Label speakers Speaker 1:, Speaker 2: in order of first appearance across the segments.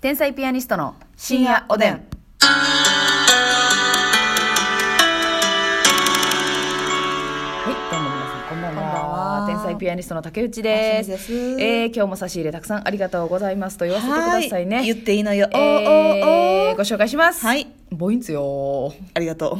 Speaker 1: 天才ピアニストの深夜おでん。はい、どうも皆さん、こんばんは。
Speaker 2: こんばんは
Speaker 1: 天才ピアニストの竹内です。
Speaker 2: ますみです
Speaker 1: えー今日も差し入れたくさんありがとうございますと言わせてくださいね。
Speaker 2: は言っていいのよ。おー
Speaker 1: えー
Speaker 2: おーおー
Speaker 1: ご紹介します。
Speaker 2: はい。
Speaker 1: ボインツよー。
Speaker 2: ありがと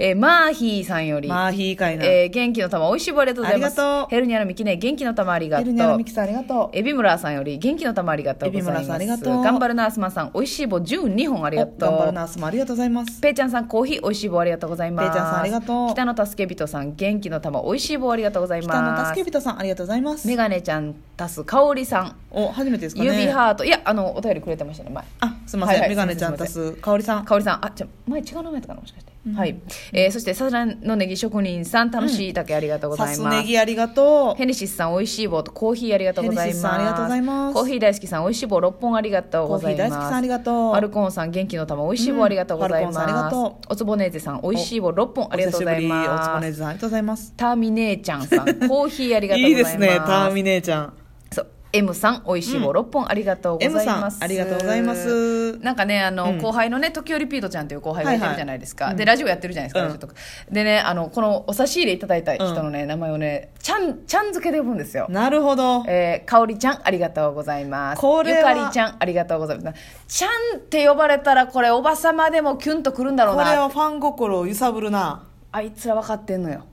Speaker 1: えーマーヒーさんよ
Speaker 2: う。
Speaker 1: り。
Speaker 2: まあ、ひいかいな。
Speaker 1: えー元気の玉、美味しい棒ありがとうございます。
Speaker 2: ありがとう
Speaker 1: ヘルニアのミキネ、元気の玉ありがと
Speaker 2: エ
Speaker 1: う。
Speaker 2: ルニアのミキさんありがとう。
Speaker 1: エビムラさんより元気の玉ありがとうございます。
Speaker 2: エビムラさんありがとう
Speaker 1: 頑張るナースマンさん、美味しい棒12本あ
Speaker 2: あ
Speaker 1: りがとう。
Speaker 2: 頑張るナースもありがとうございます。
Speaker 1: ペイちゃんさん、コーヒー美味しい棒ありがとうございます。
Speaker 2: ペイちゃんさんありがとう
Speaker 1: 北野助人さん、元気の玉美味しい棒ありがとうござい
Speaker 2: 北
Speaker 1: ま
Speaker 2: 野
Speaker 1: す。
Speaker 2: 助け人さんありがとうございます
Speaker 1: メ。ガネちゃん、タス、香織さん、
Speaker 2: お、初めてですかね。
Speaker 1: 指ハート、いや、あの、お便りくれてましたね、前。
Speaker 2: あ、すみませ
Speaker 1: はいは
Speaker 2: ん。
Speaker 1: い
Speaker 2: メガネちゃんたす、かおりさん。
Speaker 1: 香織さん、あ、じゃあ前違う名前だったかな、もしかして。はい。えーそして、サザンのネギ職人さん、楽しい竹ありがとうござい
Speaker 2: さ
Speaker 1: ます。
Speaker 2: すねぎありがとう。
Speaker 1: ヘネシスさん、美味しい棒とコーヒーありがとうございま
Speaker 2: ヘネシ
Speaker 1: す。
Speaker 2: スさんありがとうございます
Speaker 1: コーヒー大好きさん、美味しい棒6本ありがとう
Speaker 2: コ
Speaker 1: ご
Speaker 2: ーヒ
Speaker 1: ざい
Speaker 2: ー
Speaker 1: ます。
Speaker 2: 大好きさんありがとう。
Speaker 1: アルコンさん、元気の玉、美味しい棒ありがとうございます。
Speaker 2: うんアルコンさんありがと
Speaker 1: おつぼねーぜさん、美味しい棒6本ありがとうござい
Speaker 2: お久しぶりおつま
Speaker 1: ま
Speaker 2: ね
Speaker 1: す。
Speaker 2: ずさんありがとうございます。
Speaker 1: ターミネーちゃんさん、コーヒーありがとうござ
Speaker 2: いい
Speaker 1: い
Speaker 2: で
Speaker 1: ます。
Speaker 2: すね、ターミネーちゃん。
Speaker 1: そう。M さん、美味しい棒6本ありがとうご
Speaker 2: M
Speaker 1: ざい
Speaker 2: さ
Speaker 1: ま
Speaker 2: ん
Speaker 1: す。、
Speaker 2: ありがとうございます。
Speaker 1: なんかねあの、
Speaker 2: うん
Speaker 1: 後輩のね時折ピートちゃんという後輩がいてるじゃないですか、
Speaker 2: はいはい
Speaker 1: でラジオやってるじゃないですか、
Speaker 2: うん
Speaker 1: ラジオとかでねあのこのお差し入れいただいた人のね、名前をねちゃんちゃん付けで呼ぶんですよ、
Speaker 2: なるほど。
Speaker 1: えー、かおりちゃんありがとうございます
Speaker 2: これは
Speaker 1: ゆかりちゃんありがとうございますちゃんって呼ばれたらこれおばさまでもキュンとくるんだろう
Speaker 2: これ
Speaker 1: な
Speaker 2: はファン心を揺さぶるな
Speaker 1: あいつら分かってんのよ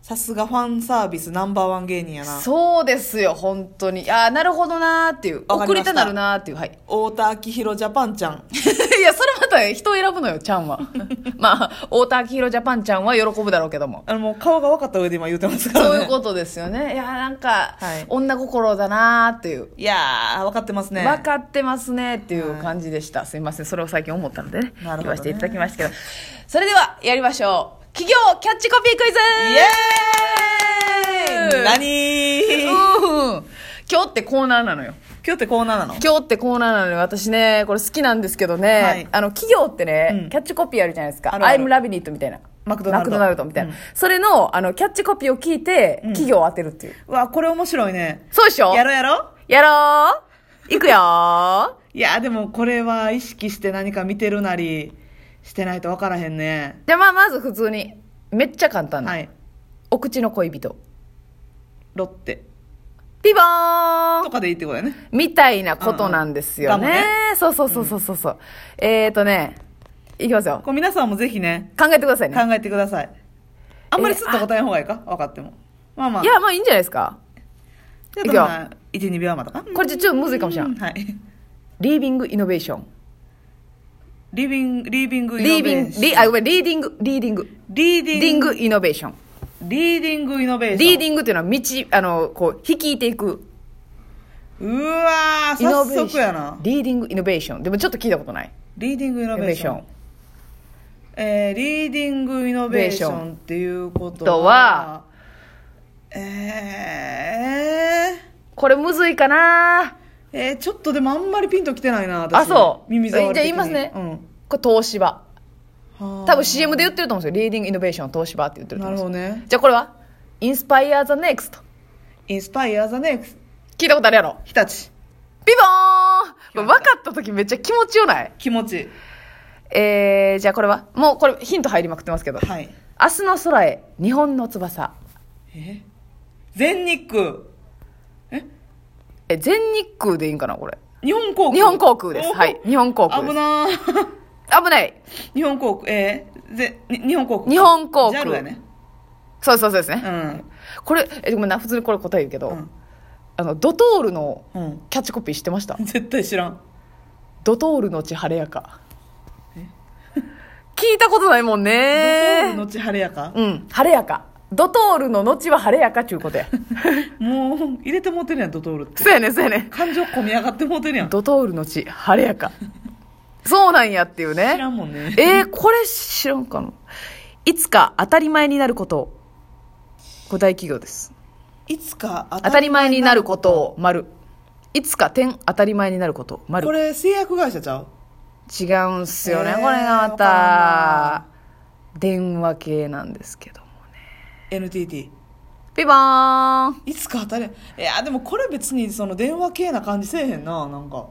Speaker 2: さすがファンサービスナンバーワン芸人やな
Speaker 1: そうですよ本当にああなるほどなーっていう
Speaker 2: わか
Speaker 1: 送
Speaker 2: りま
Speaker 1: り
Speaker 2: した
Speaker 1: たなるなーっていうはい
Speaker 2: 太田昭弘ジャパンちゃん
Speaker 1: いやそれまた人を選ぶのよちゃんは まあ太田明宏ジャパンちゃんは喜ぶだろうけど も
Speaker 2: あのもう顔が分かった上で今言うてますから、ね、
Speaker 1: そういうことですよね。いや、なんか、
Speaker 2: はい
Speaker 1: 女心だなーっていう。
Speaker 2: いやー分かってますね
Speaker 1: 分かってますねっていう感じでした、すいませんそれを最近思ったのでね
Speaker 2: なるほどね
Speaker 1: 言わせていただきましたけどそれではやりましょう企業キャッチコピークイズ
Speaker 2: イエーイ何
Speaker 1: うん今日ってコーナーなのよ
Speaker 2: 今日ってコーナーなの
Speaker 1: 今日ってコーナーなのよ私ねこれ好きなんですけどね、
Speaker 2: はい
Speaker 1: あの企業ってね、
Speaker 2: うん
Speaker 1: キャッチコピーあるじゃないですか「
Speaker 2: あるある
Speaker 1: I'm loving it」みたいな
Speaker 2: マクドナルド
Speaker 1: みたいな、
Speaker 2: うん
Speaker 1: それのあのキャッチコピーを聞いて企業を当てるっていう、
Speaker 2: うわこれ面白いね
Speaker 1: そうでしょ
Speaker 2: やろうやろう
Speaker 1: やろういくよー
Speaker 2: いやーでもこれは意識して何か見てるなりしてないと分からへんね
Speaker 1: じゃあまあまず普通にめっちゃ簡単な、
Speaker 2: はい
Speaker 1: お口の恋人
Speaker 2: ロッテ
Speaker 1: ピボーン
Speaker 2: とかでいいってことやね
Speaker 1: みたいなことなんですよね,、
Speaker 2: うんうん
Speaker 1: そうそうそうそうそうそうえーとねいきますよ
Speaker 2: これ皆さんもぜひね
Speaker 1: 考えてくださいね
Speaker 2: 考えてくださいあんまりすっと答えん方がいいか分かってもまあまあ
Speaker 1: いやまあいいんじゃないですか
Speaker 2: じゃ
Speaker 1: いくよ
Speaker 2: あどんな12秒まとか
Speaker 1: これちょちょっとむずいかもしれ
Speaker 2: うんんはい
Speaker 1: リービングイノベーション
Speaker 2: リビングリービングイ
Speaker 1: リー
Speaker 2: ノベ
Speaker 1: ビン
Speaker 2: ー
Speaker 1: グ
Speaker 2: ション
Speaker 1: リあごめんリーディングリーディング
Speaker 2: リーデ
Speaker 1: リーデ
Speaker 2: ィ
Speaker 1: ィ
Speaker 2: ン
Speaker 1: ン
Speaker 2: グ
Speaker 1: グイノベーション
Speaker 2: リーディングイノベーション
Speaker 1: リーディングっていうのは道あのこう率いていく
Speaker 2: うわー
Speaker 1: イノベ
Speaker 2: 早
Speaker 1: ーシ
Speaker 2: 速や
Speaker 1: ョ
Speaker 2: な
Speaker 1: ンリーディングイノベーションでもちょっと聞いたことない
Speaker 2: リーディングイノ
Speaker 1: イノ
Speaker 2: ベ
Speaker 1: ベ
Speaker 2: ー
Speaker 1: ーシ
Speaker 2: ショ
Speaker 1: ョ
Speaker 2: ン
Speaker 1: ン
Speaker 2: えー、リーディングイノベーションっていうこと
Speaker 1: とは
Speaker 2: えーえー
Speaker 1: これむずいかな
Speaker 2: えーちょっとでもあんまりピンときてないな私
Speaker 1: あそう
Speaker 2: 耳障り的
Speaker 1: じ
Speaker 2: に
Speaker 1: ゃあ言いますね
Speaker 2: うん
Speaker 1: これ東芝
Speaker 2: はー
Speaker 1: 多分 CM で言ってると思うんですよリーディングイノベーション東芝って言ってると
Speaker 2: な
Speaker 1: 思う
Speaker 2: る
Speaker 1: んです
Speaker 2: ほど
Speaker 1: よ
Speaker 2: ね
Speaker 1: じゃあこれはインスパイアーザネクスト
Speaker 2: インスパイアーザネクス
Speaker 1: 聞いたことあるやろ
Speaker 2: 日立
Speaker 1: ピボーン分かった時めっちゃ気持ちよない
Speaker 2: 気持ちいい
Speaker 1: えー、じゃあこれはもうこれヒント入りまくってますけど明
Speaker 2: はい
Speaker 1: 日の空へ日本の翼
Speaker 2: え全日空
Speaker 1: え全日空でいいんかなこれ
Speaker 2: 日本航空
Speaker 1: 日本航空です
Speaker 2: お
Speaker 1: はい日本航空です
Speaker 2: 危なー
Speaker 1: 危ない
Speaker 2: 日本航空えー、ぜに日本航空
Speaker 1: 日本航空
Speaker 2: JAL やね
Speaker 1: そうそうそうですね、
Speaker 2: うん
Speaker 1: これえごめんな普通にこれ答え言うけど、
Speaker 2: うん
Speaker 1: あのドトールの
Speaker 2: うん
Speaker 1: キャッチコピー知ってました
Speaker 2: 絶対知らん
Speaker 1: ドトールのち晴れやか 聞いたことないもん
Speaker 2: え
Speaker 1: ね
Speaker 2: のち晴れやか
Speaker 1: うん晴れやかドトールの後は晴れやかちゅう ことや
Speaker 2: もう入れてもうてるやんドトールって
Speaker 1: そうやねそうやね
Speaker 2: 感情込み上がってもうてるやん知
Speaker 1: ドトールのち晴れやかそうなんやっていう
Speaker 2: ら
Speaker 1: ね
Speaker 2: んもんね
Speaker 1: えー、これ知らんかないつか当たり前になることをこれ大企業です
Speaker 2: いつか当
Speaker 1: 当たり前になることを丸いつか点当たり前になることを丸
Speaker 2: これ製薬会社ちゃう
Speaker 1: 違うんすよね、
Speaker 2: えー
Speaker 1: これがま
Speaker 2: わか
Speaker 1: た電話系なんですけども
Speaker 2: NTT
Speaker 1: ピボーン
Speaker 2: いつか当たりいやでもこれ別にその電話系な感じせえへんななんか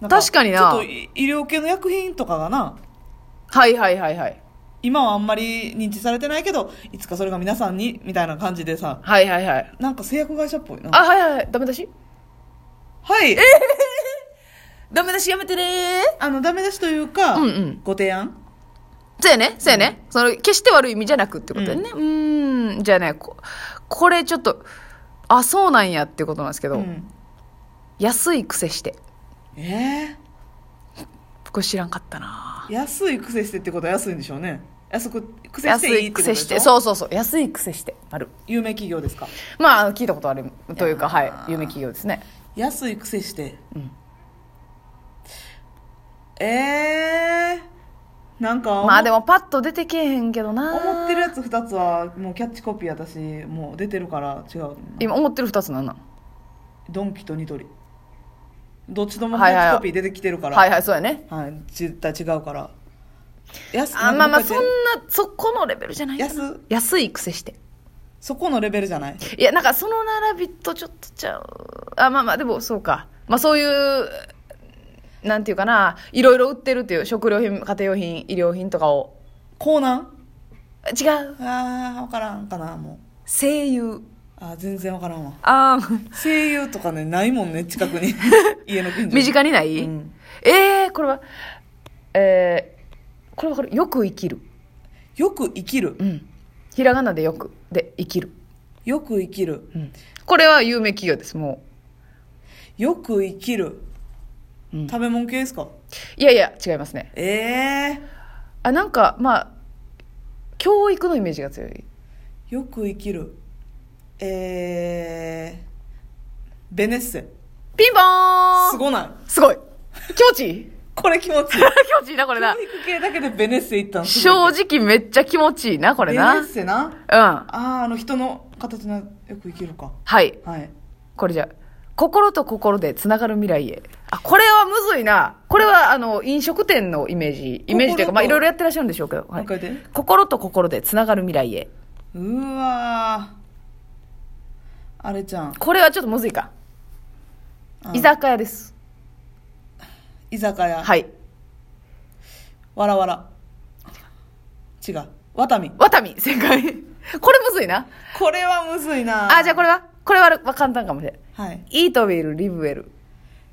Speaker 2: なんか
Speaker 1: 確かにな
Speaker 2: ちょっと医医療系の薬品とかがな
Speaker 1: はいはいはいはい。
Speaker 2: 今はあんまり認知されてないけどいつかそれが皆さんにみたいな感じでさ
Speaker 1: はいはいはい。
Speaker 2: なんか製薬会社っぽいな
Speaker 1: あ、はいはいはい。ダメ出し
Speaker 2: はい
Speaker 1: ダメ出しやめてね
Speaker 2: あのダメ出しというか、
Speaker 1: うんうん
Speaker 2: ご提案
Speaker 1: ー。そうやね、そうやね。その、決して悪い意味じゃなくってことやね。うーん、じゃあね、ここれちょっと、あ、そうなんやってことなんですけど、
Speaker 2: うん
Speaker 1: 安い癖して。
Speaker 2: え
Speaker 1: 僕知らんかったな
Speaker 2: ー、安い癖してってことは安いんでしょうね安く癖し
Speaker 1: 安
Speaker 2: ていい
Speaker 1: い
Speaker 2: ってことで
Speaker 1: 癖
Speaker 2: しょ
Speaker 1: して。そうそうそう。安い癖して。ある。
Speaker 2: 有名企業ですか
Speaker 1: まああの、聞いたことあるというか、
Speaker 2: いやー
Speaker 1: はい。有名企業ですね。
Speaker 2: 安い癖して、
Speaker 1: うん
Speaker 2: えー、なんか
Speaker 1: まあでも、パッと出てけえへんけどな
Speaker 2: 思ってるやつ2つはもうキャッチコピー私もう出てるから違う
Speaker 1: 今、思ってる二つなんなん
Speaker 2: ドンキとニトリどっちともキ
Speaker 1: はいはいはい
Speaker 2: ャッチコピー出てきてるから、
Speaker 1: は
Speaker 2: はい
Speaker 1: いはい、そうやね。
Speaker 2: 絶対違うから安
Speaker 1: あまあまあそんな
Speaker 2: なか
Speaker 1: そこのレベルじゃないかな
Speaker 2: 安
Speaker 1: 安い癖して
Speaker 2: そこのレベルじゃない
Speaker 1: いやなんかその並びとちょっとちゃうあまあまあでもそうかまあそういうなんていうかないろいろ売ってるっていう食料品家庭用品医療品とかを
Speaker 2: コーナ
Speaker 1: 違う
Speaker 2: ーあー分からんかなも
Speaker 1: 声優
Speaker 2: うあー全然分からんわ
Speaker 1: あ ー
Speaker 2: 声優とかねないもんね近く に家の近所に
Speaker 1: 身近にない、
Speaker 2: うん
Speaker 1: えー、これはえー、これはこれよく生きる
Speaker 2: よく生きる
Speaker 1: うんひらがなでよくで生きる、
Speaker 2: よく生きる
Speaker 1: うん、これは有名企業ですも
Speaker 2: よく生きる、
Speaker 1: うん
Speaker 2: 食べ物系ですか
Speaker 1: ういやいや違いますね
Speaker 2: ええ
Speaker 1: あなんかまあ教育のイメージが強い
Speaker 2: ー、よく生きるえー、ベネッセ
Speaker 1: ピンポーン
Speaker 2: す
Speaker 1: すご
Speaker 2: ごない
Speaker 1: い気持ちいい
Speaker 2: これ気持ちいい
Speaker 1: 気持ちいいなこれな
Speaker 2: 筋肉系だけでベネッセ行ったのすご
Speaker 1: 正
Speaker 2: い
Speaker 1: 直めっちゃ気持ちいいなこれな
Speaker 2: ベ
Speaker 1: う
Speaker 2: ネッ
Speaker 1: ん
Speaker 2: セな
Speaker 1: は
Speaker 2: あああの人の形のよく生きるか
Speaker 1: い
Speaker 2: はい
Speaker 1: これじゃ心と心でつながる未来へあこれはむずいなこれはあの飲食店のイメージイメージというか
Speaker 2: 心と
Speaker 1: まあいろいろやってらっしゃるんでしょうけど、はい
Speaker 2: もう一回言って
Speaker 1: 心と心でつながる未来へ
Speaker 2: うわーあれちゃん
Speaker 1: これはちょっとむずいか
Speaker 2: うん
Speaker 1: 居酒屋です
Speaker 2: 居酒屋
Speaker 1: はい
Speaker 2: わらわら違うワタミ
Speaker 1: ワタミ正解これむずいな
Speaker 2: これはむずいな
Speaker 1: あじゃあこれはこれは簡単かもしれない
Speaker 2: はい
Speaker 1: イートウェル、リブウェル。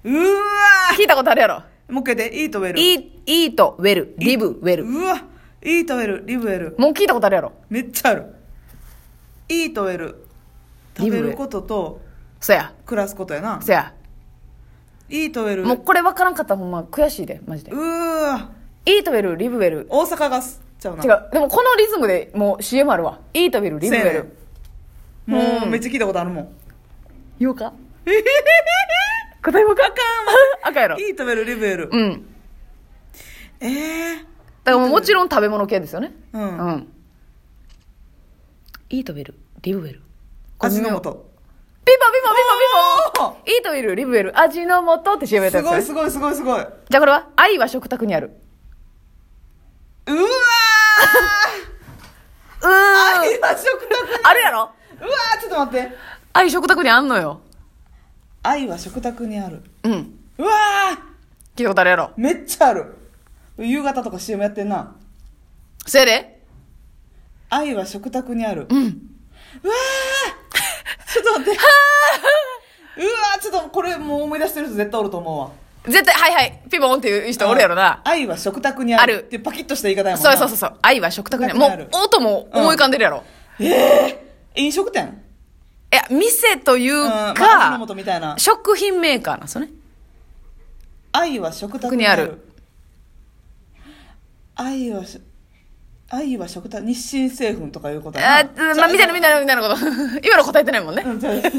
Speaker 2: うわ
Speaker 1: 聞いたことあるやろ。
Speaker 2: ーもう一回言っていいとべる
Speaker 1: イー、イートウェル、リブウェル。
Speaker 2: うわいいとべるリブエル
Speaker 1: もう聞いたことあるやろ。
Speaker 2: めっちゃあるいいとべる食べることと
Speaker 1: そや、
Speaker 2: 暮らすことやな
Speaker 1: そや。
Speaker 2: いいとべる
Speaker 1: もうこれ分からんかったらほんま悔しいで、マジで
Speaker 2: う。わ
Speaker 1: イートウェル、リブウェル。
Speaker 2: 大阪ガスちゃうな
Speaker 1: 違う。でもこのリズムでもう CM あるわ。イートウェル、リブウェ
Speaker 2: せやね
Speaker 1: ル。
Speaker 2: もう
Speaker 1: うん
Speaker 2: めっちゃ聞いたことあ るもん
Speaker 1: 言おうか答え分かんかん。赤やろ。
Speaker 2: いいとべるリブエル
Speaker 1: うん。
Speaker 2: ええ
Speaker 1: だからもうもちろん食べ物系ですよね。
Speaker 2: う
Speaker 1: うんん。イートウェル、リブウェル。
Speaker 2: 味の素
Speaker 1: ピンポンピンポンピンポン
Speaker 2: お
Speaker 1: ピンポンイートウェル、リブウェル、味の素って CM やった
Speaker 2: す
Speaker 1: やつね
Speaker 2: ごいすごいすごいすごいうわ
Speaker 1: じゃあこれは愛は食卓にある。
Speaker 2: ー
Speaker 1: うーん。あ
Speaker 2: 愛は食卓に
Speaker 1: るやろ
Speaker 2: うわーちょっと待って
Speaker 1: 愛食卓にあんのよ。
Speaker 2: 愛は食卓にある
Speaker 1: うん。
Speaker 2: うわ
Speaker 1: 聞いたことあるやろ。
Speaker 2: ーめっちゃある夕方とか CM やってんな
Speaker 1: せやで
Speaker 2: 愛は食卓にある
Speaker 1: うん。
Speaker 2: うわーちょっと待ってうわーちょっとこれもう思い出してる人絶対おると思うわ
Speaker 1: 絶対、はいはい、ピボンっていう人おるやろな。
Speaker 2: 愛は食卓にある
Speaker 1: ある
Speaker 2: ってパキッとした言い方やもん
Speaker 1: そ
Speaker 2: な
Speaker 1: うそうそうそう。愛は食卓にある。
Speaker 2: 食卓
Speaker 1: も
Speaker 2: にある
Speaker 1: う、音も思い浮かんでるやろ。
Speaker 2: ええー、飲食店、
Speaker 1: いや、店といううん
Speaker 2: まあ、味
Speaker 1: か
Speaker 2: の、素みたいな
Speaker 1: 食品メーカーなんですよね。
Speaker 2: 愛は食卓にある愛はし愛は食卓日清製粉とかいうこと
Speaker 1: あ
Speaker 2: やな
Speaker 1: ー、まあ、みたいな、みたいな、みたいなこと。 今の答えてないもんね
Speaker 2: う。ん じゃあみた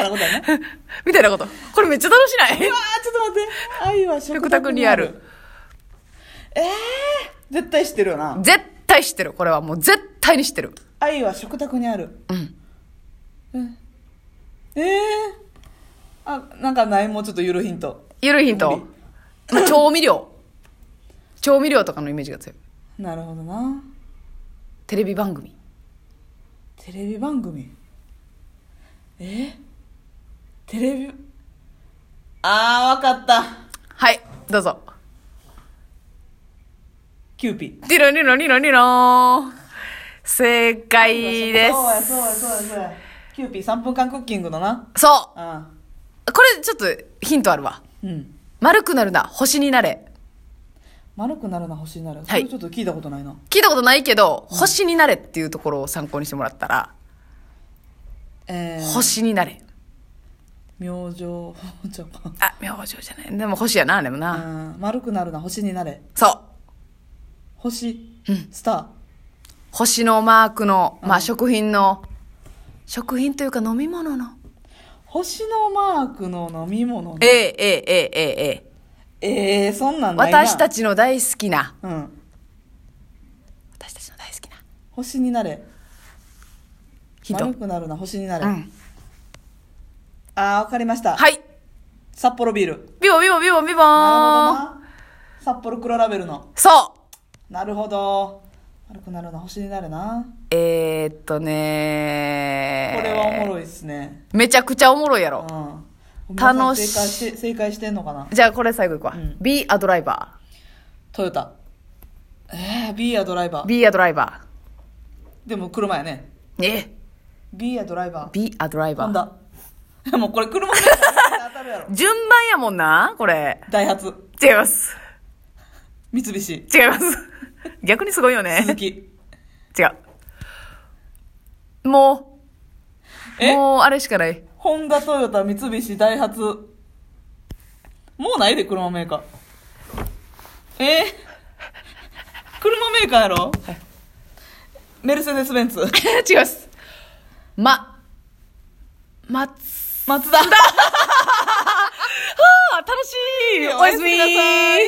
Speaker 2: いなことやねうわーちょっ
Speaker 1: みたいなこと。これめっちゃ楽しない
Speaker 2: と待って愛は食
Speaker 1: 食
Speaker 2: 卓
Speaker 1: 卓
Speaker 2: に
Speaker 1: に
Speaker 2: あ
Speaker 1: あ
Speaker 2: る
Speaker 1: る。
Speaker 2: ええー、絶対知ってるよな
Speaker 1: 絶対知ってる。これはもう絶対に知ってる。
Speaker 2: 愛は食卓にある
Speaker 1: うん。
Speaker 2: ええあなんかないもうちょっとゆるヒント
Speaker 1: ゆるいヒント。まあ、調味料。調味料とかのイメージが強い。
Speaker 2: なるほどな
Speaker 1: テレビ番組。
Speaker 2: テレビ番組えテレビああわかった
Speaker 1: はい、どうぞ。
Speaker 2: キューピー。
Speaker 1: リロリロリロリローン。正解です。
Speaker 2: そうや、そうや、そうや、そうや。キューピー3分間クッキングだな。
Speaker 1: そ
Speaker 2: あ
Speaker 1: う。これちょっとヒントあるわ。
Speaker 2: あうん。
Speaker 1: 丸くなるな、星になれ。
Speaker 2: 丸くなるな、星になる。
Speaker 1: い
Speaker 2: それちょっと聞いたことないな。
Speaker 1: 聞いたことないけど、星になれっていうところを参考にしてもらったら、
Speaker 2: えー、
Speaker 1: 星になれ。
Speaker 2: 明星、ちょっと
Speaker 1: あ、明星じゃない。でも星やな、あれもな。
Speaker 2: うん丸くなるな、星になれ。
Speaker 1: そう。
Speaker 2: 星、スター。
Speaker 1: 星のマークの、まあ食品の、食品というか飲み物の。
Speaker 2: 星のマークの飲み物
Speaker 1: ええええええええ
Speaker 2: えー、そんなんないな
Speaker 1: 私たちの大好きな、
Speaker 2: うん。
Speaker 1: 私たちの大好きな、
Speaker 2: 星になれ。
Speaker 1: ヒント
Speaker 2: 丸。くなるな、星になれ。
Speaker 1: う
Speaker 2: あ
Speaker 1: ん。
Speaker 2: あー、わかりました。
Speaker 1: はい。
Speaker 2: 札幌ビール。
Speaker 1: ビボビボビボビボ
Speaker 2: なるほ
Speaker 1: ーン。
Speaker 2: どな。札幌黒ラベルの。
Speaker 1: そう。
Speaker 2: なるほど。丸くなるな、星になるな。
Speaker 1: えー、っと
Speaker 2: こ
Speaker 1: ねー
Speaker 2: れはおもろいですね。
Speaker 1: めちゃくちゃおもろいや
Speaker 2: う
Speaker 1: ろ。
Speaker 2: ん。
Speaker 1: 楽し
Speaker 2: 正解して、正解してんのかな
Speaker 1: じゃあこれ最後いくわ。
Speaker 2: うん
Speaker 1: B アドライバ
Speaker 2: トヨタ。えー、ビーやドライバ
Speaker 1: ー。
Speaker 2: ー。
Speaker 1: B アドライバ
Speaker 2: でも車やね。
Speaker 1: ー。え
Speaker 2: ビーやドライバー。
Speaker 1: ?B アドライ
Speaker 2: ホ
Speaker 1: バ
Speaker 2: ン
Speaker 1: ー。
Speaker 2: ダ。 もうこれ車のやつ当たるやろ。
Speaker 1: 順番やもんなこれ。
Speaker 2: ダイハツ。
Speaker 1: 違います。
Speaker 2: 三菱。
Speaker 1: 違います。 逆にすごいよ
Speaker 2: 鈴
Speaker 1: ね。
Speaker 2: 木。
Speaker 1: 違う。もう、
Speaker 2: え
Speaker 1: もうあれしか ない。
Speaker 2: ホンダ、トヨタ、三菱、ダイハツ。もうないで、車メーカー。えー、車メーカーやろメルセデス・ベンツ。
Speaker 1: 違います。ま、まつ、
Speaker 2: マツダ。
Speaker 1: あー楽しいおやすみ
Speaker 2: おやすみなさい